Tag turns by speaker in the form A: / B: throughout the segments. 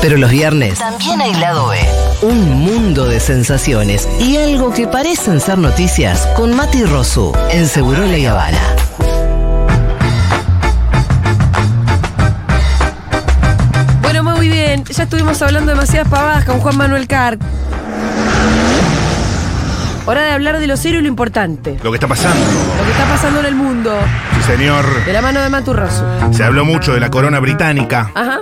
A: Pero los viernes también hay lado B. Un mundo de sensaciones y algo que parecen ser noticias con Mati Rosu en Seguro La Habana.
B: Bueno, muy bien. Ya estuvimos hablando demasiadas pavadas con Juan Manuel Carr. Hora de hablar de lo serio y lo importante.
C: Lo que está pasando,
B: Lo que está pasando en el mundo.
C: sí señor.
B: De la mano de Maturroso.
C: Se habló mucho de la corona británica.
B: Ajá.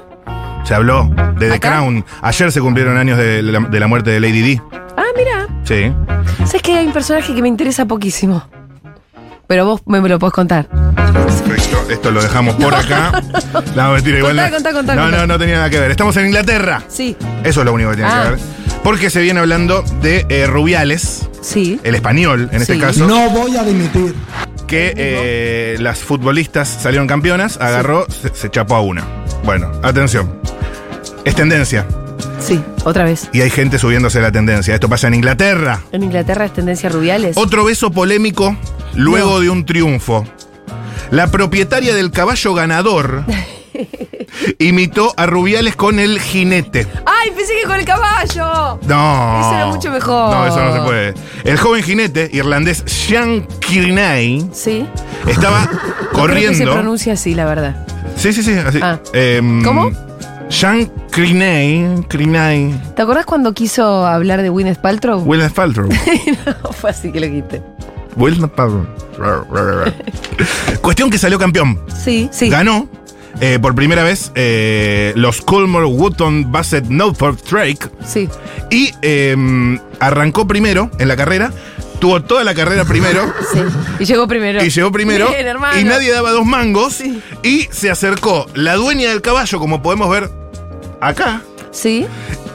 C: Se habló de The
B: ¿Acá?
C: Crown. Ayer se cumplieron años de la, de la muerte de Lady Di.
B: Ah, mira.
C: Sí.
B: ¿Sabes que hay un personaje que me interesa poquísimo? Pero vos me lo podés contar.
C: Esto, esto lo dejamos por acá. No, mentira, igual.
B: Contá,
C: no.
B: contá, contá,
C: no,
B: contá.
C: no, no tenía nada que ver. Estamos en Inglaterra.
B: Sí.
C: Eso es lo único que tiene
B: Ah.
C: que ver. Porque se viene hablando de eh, Rubiales,
B: Sí.
C: el español en este
B: Sí.
C: caso,
D: No voy a dimitir.
C: que eh, las futbolistas salieron campeonas, agarró, se, se chapó a una. Bueno, atención. Es tendencia.
B: Sí. Otra vez.
C: Y hay gente subiéndose la tendencia. Esto pasa en Inglaterra.
B: En Inglaterra es tendencia rubiales.
C: Otro beso polémico luego
B: No.
C: de un triunfo. La propietaria del caballo ganador imitó a Rubiales con el jinete.
B: ¡Ay, pensé que con el caballo!
C: No.
B: Eso era mucho mejor.
C: No, eso no se puede. El joven jinete irlandés Sean Kirinay
B: Sí.
C: estaba
B: Creo que se
C: corriendo.
B: pronuncia así, la verdad.
C: Sí, sí, sí. así.
B: Ah.
C: Em,
B: ¿Cómo?
C: Sean Kirinay, Kirinay,
B: ¿Te acordás cuando quiso hablar de Gwyneth Paltrow?
C: Will Paltrow.
B: no, fue así que lo quité.
C: Will Paltrow. Cuestión que salió campeón.
B: Sí, sí.
C: ganó eh, por primera vez eh, los Colmore Wotton Bassett Norfolk Drake
B: Sí.
C: y eh, arrancó primero en la carrera, tuvo toda la carrera primero.
B: Sí. Y llegó primero.
C: Y llegó primero.
B: Bien, hermano.
C: y nadie daba dos mangos.
B: Sí.
C: Y se acercó la dueña del caballo, como podemos ver acá.
B: Sí.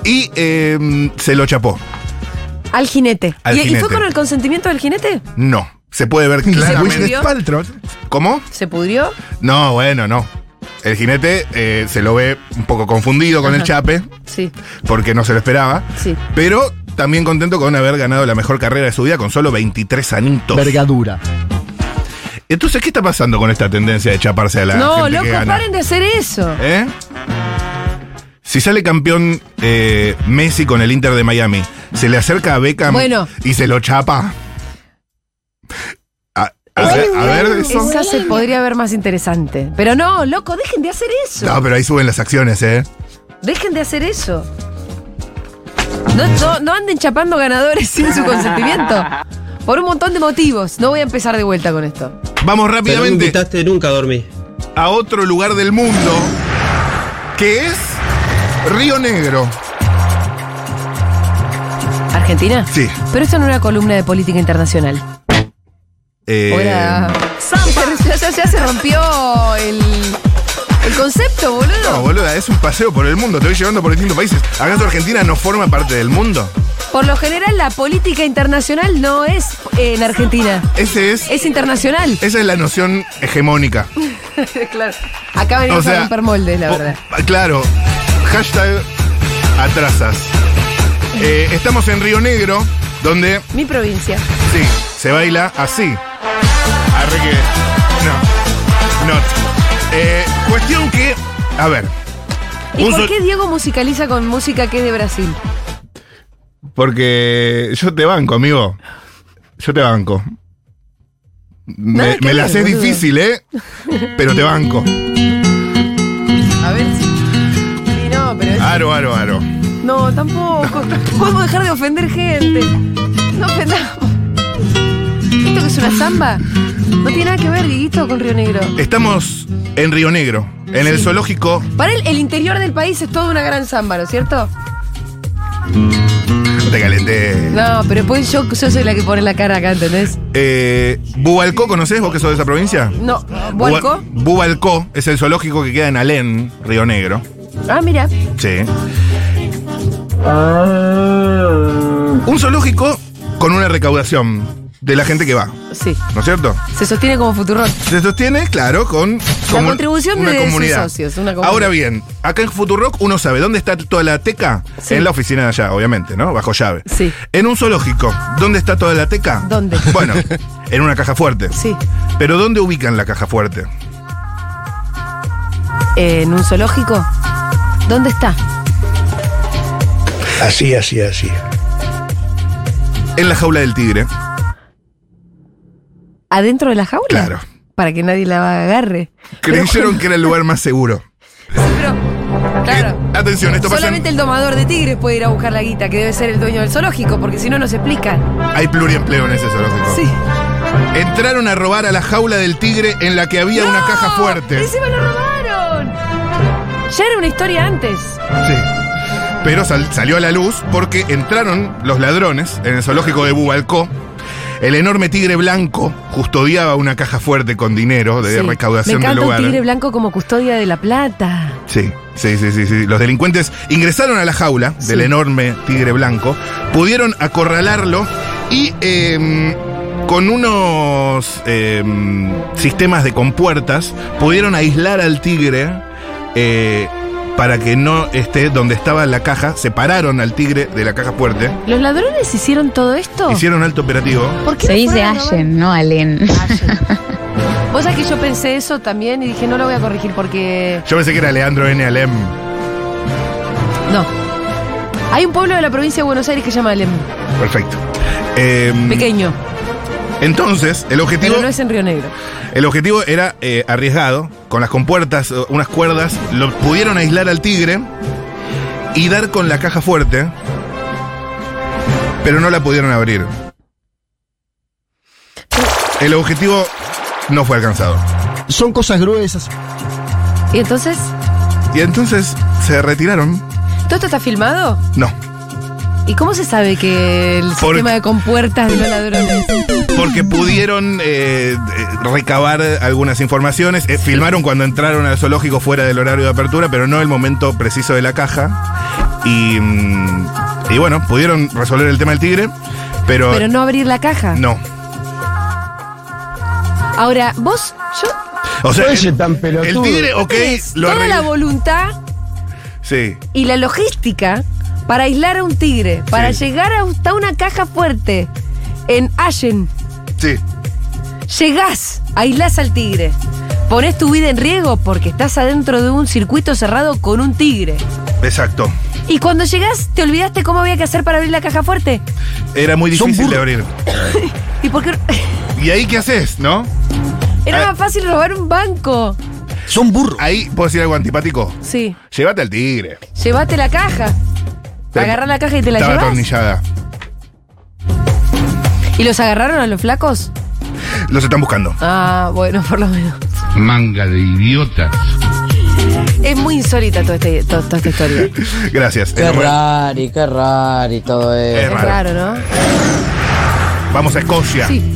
C: Y eh, se lo chapó.
B: Al jinete.
C: Al
B: ¿Y, y fue
C: jinete.
B: con el consentimiento del jinete?
C: No. Se puede ver
B: Will
C: claramente.
B: Smith.
D: Paltrow.
C: ¿Cómo?
B: ¿Se pudrió?
C: No, bueno, no. El jinete eh, se lo ve un poco confundido con el
B: Ajá.
C: chape,
B: Sí,
C: porque no se lo esperaba.
B: sí.
C: Pero también contento con haber ganado la mejor carrera de su vida con solo 23 anitos.
D: Vergadura.
C: Entonces, ¿qué está pasando con esta tendencia de chaparse a la
B: no,
C: gente
B: loco,
C: que gana?
B: paren de hacer eso.
C: ¿Eh? Si sale campeón eh, Messi con el Inter de Miami, se le acerca a Beckham
B: Bueno.
C: y se lo chapa. A, a ver, a ver eso.
B: Esa se podría ver más interesante. Pero no, loco, dejen de hacer eso.
C: No, pero ahí suben las acciones, ¿eh?
B: Dejen de hacer eso. No, no- no anden chapando ganadores sin su consentimiento. Por un montón de motivos. No voy a empezar de vuelta con esto.
C: Vamos
E: Pero no me
C: rápidamente
E: invitaste nunca a dormir.
C: a otro lugar del mundo que es Río Negro.
B: ¿Argentina?
C: Sí.
B: Pero esto no era columna de política internacional.
C: Eh,
B: Hola. Ya, ya- ya se rompió el, el concepto, boludo.
C: No, boluda, es un paseo por el mundo. Te voy llevando por distintos países. ¿Acaso Argentina no forma parte del mundo?
B: Por lo general, la política internacional no es eh, en Argentina.
C: Ese es,
B: Es internacional.
C: esa es la noción hegemónica.
B: claro. Acá
C: O
B: venimos a
C: sea,
B: romper moldes, la
C: o-
B: verdad.
C: Claro. Hashtag atrasas. Eh, estamos en Río Negro, donde
B: Mi provincia.
C: sí, se baila así. Arre que- No. Not. Eh, cuestión que. A ver.
B: ¿Y
C: Un
B: por
C: sol-
B: qué Diego musicaliza con música que es de Brasil?
C: Porque yo te banco, amigo. Yo te banco.
B: Nada
C: Me,
B: que
C: me la
B: ver,
C: haces
B: boludo.
C: difícil, ¿eh? Pero te banco.
B: A ver si. Sí, no, pero. es-
C: Aro, aro, aro.
B: No, tampoco. Podemos dejar de ofender gente. No ofendamos. ¿Esto que es una samba? No tiene nada que ver, Dieguito, con Río Negro.
C: Estamos en Río Negro, en el
B: Sí.
C: zoológico.
B: Para él, el interior del país es toda una gran samba, ¿no es cierto?
C: No te calenté.
B: No, pero pues yo, yo soy la que pone la cara acá, ¿entendés?
C: Eh, ¿Bubalcó conoces vos que sos de esa provincia?
B: No, ¿Vuelco?
C: Buba- Bubalcó es el zoológico que queda en Alén, Río Negro.
B: Ah, mira.
C: Sí. Un zoológico con una recaudación de la gente que va,
B: Sí.
C: ¿no es cierto?
B: Se sostiene como Futurock.
C: Se sostiene, claro, con comu-
B: contribución de sus socios, una comunidad.
C: Ahora bien, acá en Futurock uno sabe dónde está toda la teca.
B: Sí.
C: En la oficina de allá, obviamente, ¿no? Bajo llave.
B: Sí.
C: En un zoológico, ¿dónde está toda la teca?
B: ¿Dónde?
C: Bueno, en una caja fuerte.
B: Sí.
C: Pero ¿dónde ubican la caja fuerte?
B: Eh, ¿En un zoológico? ¿Dónde está?
D: Así, así, así.
C: En la jaula del tigre.
B: ¿Adentro de la jaula?
C: Claro.
B: Para que nadie la agarre. Pero-
C: Creyeron que era el lugar más seguro.
B: Sí, pero- claro.
C: Eh, atención, esto pasa. en-
B: Solamente el domador de tigres puede ir a buscar la guita, que debe ser el dueño del zoológico, porque si no, no se explica.
C: Hay pluriempleo en ese zoológico.
B: Sí.
C: Entraron a robar a la jaula del tigre en la que había una
B: ¡No!
C: caja fuerte.
B: ¡Encima lo robaron! Ya era una historia antes.
C: Sí. Pero sal- salió a la luz porque entraron los ladrones en el zoológico de Bubalcó. El enorme tigre blanco custodiaba una caja fuerte con dinero de
B: Sí.
C: recaudación
B: Me
C: del
B: encanta
C: lugar.
B: un tigre blanco como custodia de la plata.
C: Sí, sí, sí, sí, sí. Los delincuentes ingresaron a la jaula del
B: Sí.
C: enorme tigre blanco, pudieron acorralarlo y eh, con unos eh, sistemas de compuertas pudieron aislar al tigre eh, para que no esté donde estaba la caja. Separaron al tigre de la caja fuerte.
B: ¿Los ladrones hicieron todo esto?
C: Hicieron alto operativo.
B: ¿Por qué
E: Se
B: no
E: dice
B: fueron a robar?
E: Allen, no Allen.
B: Vos sabés que yo pensé eso también y dije, no lo voy a corregir porque.
C: Yo pensé que era Leandro N. Alem.
B: No. Hay un pueblo de la provincia de Buenos Aires que se llama Alem.
C: Perfecto. Eh,
B: Pequeño,
C: entonces, el objetivo.
B: pero no es en Río Negro.
C: El objetivo era eh, arriesgado, con las compuertas, eh, unas cuerdas, lo pudieron aislar al tigre y dar con la caja fuerte, pero no la pudieron abrir. El objetivo no fue alcanzado.
F: Son cosas gruesas.
B: ¿Y entonces?
C: Y entonces se retiraron.
B: ¿Todo esto está filmado?
C: No,
B: ¿Y cómo se sabe que el
C: Por-
B: sistema de compuertas de los ladrones?
C: porque pudieron eh, eh, recabar algunas informaciones. Eh, filmaron cuando entraron al zoológico fuera del horario de apertura, pero no el momento preciso de la caja. Y, mm, y bueno, pudieron resolver el tema del tigre, pero,
B: Pero no abrir la caja.
C: no.
B: Ahora, vos, yo.
C: O sea,
F: Puede ser
C: el,
F: tan
C: el
F: pelotudo.
C: tigre, ok,
B: tenés
C: lo
B: toda la
C: arregló.
B: voluntad
C: Sí,
B: y la logística para aislar a un tigre, para
C: Sí.
B: llegar hasta una caja fuerte en Allen.
C: sí.
B: Llegás, aislás al tigre. Pones tu vida en riesgo porque estás adentro de un circuito cerrado con un tigre.
C: Exacto.
B: Y cuando llegás, te olvidaste cómo había que hacer para abrir la caja fuerte.
C: Era muy
F: Son
C: difícil de abrir.
B: Y porque
C: ¿Y ahí qué haces, no?
B: era
C: Ah.
B: más fácil robar un banco.
F: Son burros.
C: Ahí puedo decir algo antipático.
B: Sí.
C: Llévate al tigre.
B: Llevaste la caja. Agarrás la caja y te la
C: Estaba
B: llevas.
C: atornillada.
B: ¿Y los agarraron a los flacos?
C: Los están buscando.
B: Ah, bueno, por lo menos.
G: Manga de idiotas.
B: Es muy insólita toda esta, toda- toda esta historia. Es
C: Gracias.
H: Qué rari, qué rari todo
C: Es
H: eso.
B: raro,
C: raro.
B: ¿no?
C: Vamos a Escocia.
B: Sí.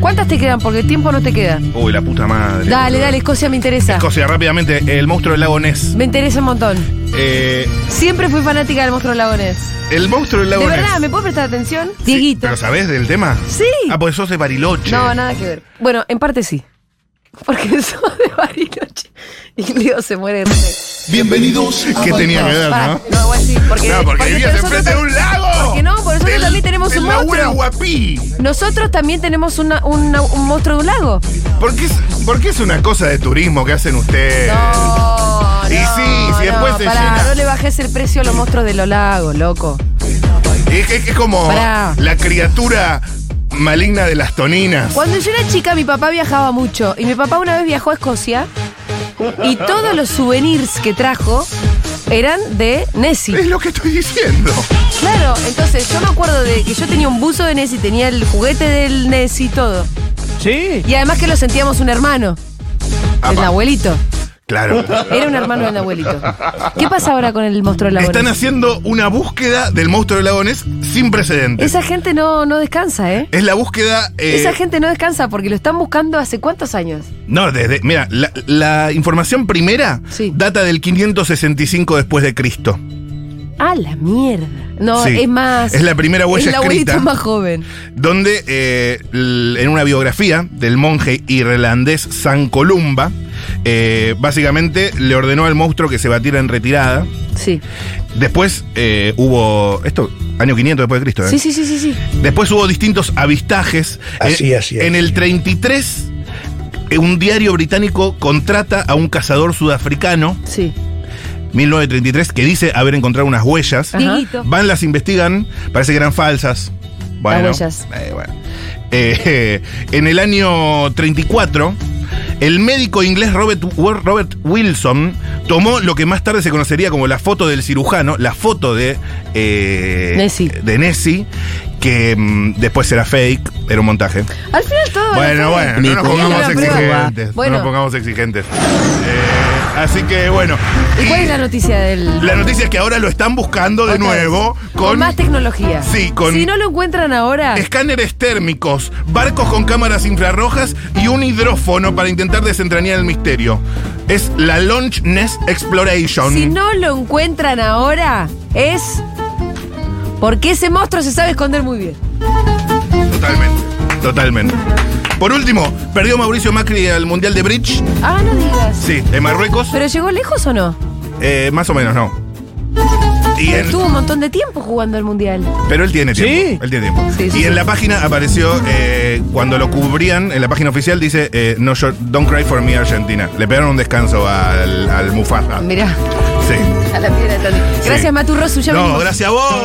B: ¿Cuántas te quedan? Porque el tiempo no te queda.
C: Uy, la puta madre.
B: Dale, dale, Escocia me interesa.
C: Escocia, rápidamente, el monstruo del lago Ness.
B: Me interesa un montón.
C: Eh,
B: Siempre fui fanática del monstruo lagonés.
C: el monstruo del lago
B: ¿De
C: Ness.
B: verdad? ¿Me puedo prestar atención?
C: Sí,
B: Dieguito.
C: ¿Pero sabés del tema?
B: Sí.
C: Ah, porque sos de Bariloche.
B: No, nada que ver. Bueno, en parte sí. Porque soy de Bariloche. Y Leo se muere de risa.
F: Bienvenidos.
C: ¿Qué tenía que ver,
B: Pará,
C: no?
B: No, igual sí. Porque,
C: no, porque vivías
B: nosotros
C: enfrente de un
B: tam-
C: lago.
B: Porque no, por nosotros
C: Del-
B: también tenemos
C: del
B: un
C: lago era
B: monstruo.
C: guapí.
B: Nosotros también tenemos una- una- un monstruo de un lago.
C: ¿Por qué, es, por qué es una cosa de turismo que hacen ustedes?
B: No,
C: Eh. Y sí, si después se
B: pará,
C: llena.
B: no le bajes el precio a los monstruos de los lagos, loco.
C: Es, que es como
B: Pará.
C: la criatura maligna de las toninas.
B: Cuando yo era chica, mi papá viajaba mucho. Y mi papá una vez viajó a Escocia. Y todos los souvenirs que trajo eran de
C: Es
B: Nessie.
C: lo que estoy diciendo.
B: Claro, entonces yo me acuerdo de que yo tenía un buzo de Nessie, tenía el juguete del Nessie y todo.
F: Sí.
B: Y además que lo sentíamos un hermano. El
C: Apa.
B: abuelito.
C: Claro.
B: Era un hermano del abuelito. ¿Qué pasa ahora con el monstruo del lago
C: Están
B: Ness?
C: haciendo una búsqueda del monstruo del lago Ness sin precedentes.
B: Esa gente no, no descansa, ¿eh?
C: Es la búsqueda. eh,
B: Esa gente no descansa porque lo están buscando hace cuántos años.
C: No, desde. Mira, la, la información primera
B: Sí.
C: data del 565 después de Cristo.
B: Ah, la mierda. No,
C: Sí.
B: es más.
C: Es la primera huella
B: es la abuelita
C: escrita.
B: más joven.
C: donde eh, l- en una biografía del monje irlandés San Columba, eh, básicamente le ordenó al monstruo que se batiera en retirada.
B: Sí.
C: Después eh, hubo, esto, año 500 después de Cristo, ¿eh?
B: Sí, sí, sí, sí, sí.
C: Después hubo distintos avistajes.
D: Así,
C: Eh,
D: así,
C: En
D: así.
C: el 33, eh, un diario británico contrata a un cazador sudafricano
B: Sí.
C: 1933, que dice haber encontrado unas huellas.
B: Ajá.
D: Dieguito.
C: Van, las investigan, parece que eran falsas. Bueno,
B: Las huellas.
C: eh, bueno. Eh, eh, en el año 34, el médico inglés Robert, Wa- Robert Wilson tomó lo que más tarde se conocería como la foto del cirujano, la foto de, eh,
B: Nessie.
C: de Nessie, que mm, después era fake, era un montaje.
B: Al final todo.
C: Bueno, bueno, no nos
B: Nico,
C: pongamos
B: una prueba.
C: exigentes.
B: Bueno.
C: No nos pongamos exigentes. Eh, así que bueno.
B: ¿Y cuál es la noticia del.?
C: La noticia es que ahora lo están buscando de
B: Otra
C: nuevo
B: vez.
C: con,
B: más tecnología.
C: Sí, con-
B: Si no lo encuentran ahora.
C: escáneres térmicos, barcos con cámaras infrarrojas y un hidrófono para intentar desentrañar el misterio. Es la Launch Nest Exploration.
B: Si no lo encuentran ahora, es. Porque ese monstruo se sabe esconder muy bien.
C: Totalmente, totalmente. Por último, perdió Mauricio Macri al Mundial de Bridge.
B: Ah, no digas.
C: Sí, en Marruecos.
B: ¿Pero llegó lejos o no?
C: Eh, más o menos, no. Y en-
B: Estuvo un montón de tiempo jugando al mundial.
C: Pero él tiene tiempo.
F: Sí.
C: Él tiene tiempo.
B: Sí, sí,
C: y en
B: sí.
C: la página apareció, eh, cuando lo cubrían, en la página oficial dice, eh, no, llor- don't cry for me, Argentina. Le pegaron un descanso al, al Mufasa.
B: Mirá,
C: Sí.
B: a la piedra de Tony. Gracias,
C: Sí.
B: Matu Rosu. Ya
C: No,
B: venimos.
C: gracias a vos.